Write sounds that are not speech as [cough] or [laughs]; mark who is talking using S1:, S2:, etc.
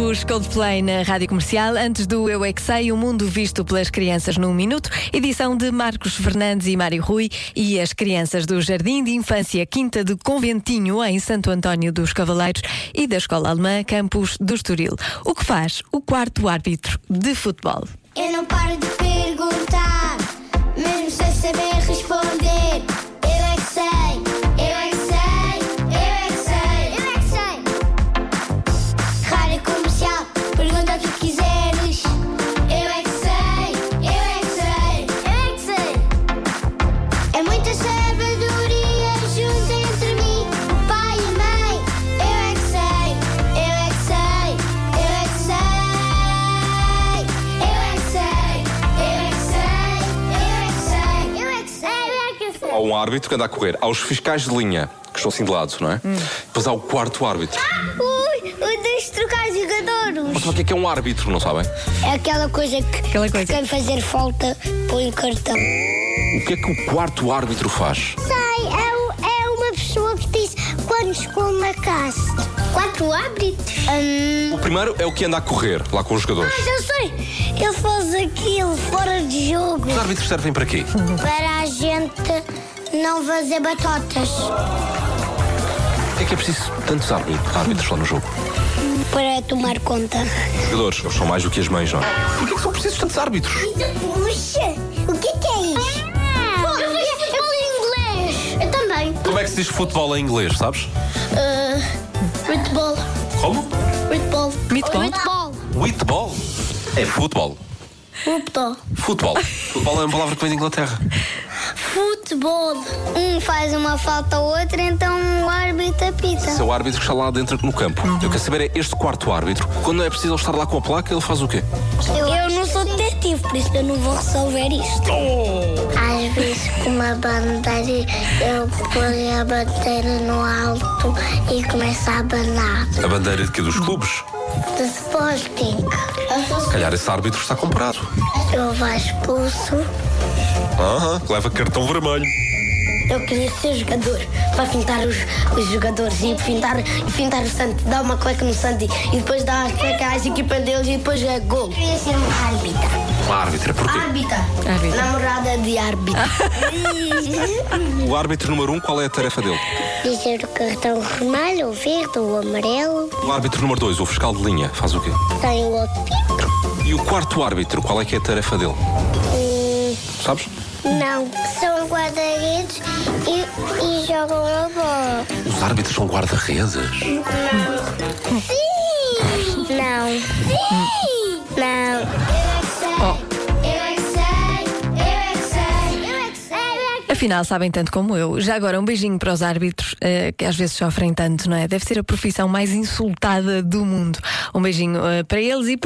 S1: Os Coldplay na Rádio Comercial, antes do Eu É Que Sei, o mundo visto pelas crianças num minuto, edição de Marcos Fernandes e Mário Rui e as crianças do Jardim de Infância Quinta do Conventinho, em Santo António dos Cavaleiros e da Escola Alemã Campus do Estoril. O que faz o quarto árbitro de futebol?
S2: Eu não paro de perguntar, mesmo sem saber responder. Eu é que sei, eu é que sei, eu é que sei, eu é que sei. Rádio comercial, pergunta o que quiseres. Eu é que sei, eu é que sei, eu é que sei. É muita sabedoria junta entre mim, o pai e a mãe. Eu é que sei, eu é que sei, eu é que sei. Eu é que sei, eu é que sei, eu é que sei. Eu é que sei,
S3: Há um árbitro que anda a correr, há os fiscais de linha, que estão assim de lado, não é? Depois há o quarto árbitro.
S2: Ah, Ui, o dos trocar jogadores.
S3: Mas sabe o que é que é um árbitro, não sabem?
S2: É aquela coisa que
S1: Aquela coisa.
S2: quem fazer falta põe o cartão.
S3: O que é que o quarto árbitro faz?
S2: Sei, é, uma pessoa que diz quantos com uma casa. Quatro árbitros? Hum.
S3: O primeiro é o que anda a correr, lá com os jogadores.
S2: eu sei, ele faz aquilo fora de jogo.
S3: Os árbitros servem para quê?
S2: Para a gente não fazer batotas.
S3: O que é que é preciso tantos árbitros, árbitros lá no jogo?
S2: Para tomar conta.
S3: Os jogadores eles são mais do que as mães, não é? Porquê que são precisos tantos árbitros?
S2: Puxa, Então, o que, é isso? eu vejo futebol em inglês. é Eu também. Ah,
S3: Como é que se diz futebol em inglês, sabes?
S2: futebol,
S3: Como?
S2: futebol.
S1: Meatball?
S2: Futebol.
S3: Wheatball. É futebol.
S2: Futebol.
S3: Futebol. Futebol é uma palavra que vem da Inglaterra.
S2: Futebol. Um faz uma falta ao outro, então o árbitro
S3: Se é
S2: apita.
S3: o árbitro que está lá dentro no campo. Eu quero saber é este quarto árbitro. Quando é preciso ele estar lá com a placa, ele faz o quê?
S2: Eu, não sou detetive, por isso eu não vou resolver isto. Às vezes com uma bandeira eu ponho a bandeira no alto e começo a abanar.
S3: A bandeira de quê? Dos clubes?
S2: De Sporting.
S3: Se calhar esse árbitro está comprado.
S2: Eu vou expulso.
S3: Aham, leva cartão vermelho.
S2: Eu queria ser jogador para pintar os, os jogadores e pintar, e pintar o Santo. Dá uma cueca no Santo e depois dá as cueca às equipas deles e depois é gol. Eu queria ser uma árbitra.
S3: O Um árbitro, porquê?
S2: Árbitra.
S1: Árbitra.
S2: Namorada de [laughs] árbitra.
S3: O árbitro número um, qual é a tarefa dele?
S2: Dizer o cartão vermelho, o verde, o amarelo.
S3: O árbitro número dois, o fiscal de linha, faz o quê?
S2: Tem o outro.
S3: E o quarto árbitro, qual é que é a tarefa dele? Sabes?
S2: Hum, Não, são guarda-redes e, e jogam a bola.
S3: Os árbitros são guarda-redes.
S2: Sim! Não. Sim! Não.
S1: Oh.
S2: Eu é que sei, eu é que sei, eu é que sei, eu é que
S1: Afinal, sabem tanto como eu. Já agora, um beijinho para os árbitros eh, que às vezes sofrem tanto, não é? Deve ser a profissão mais insultada do mundo. Um beijinho eh, para eles e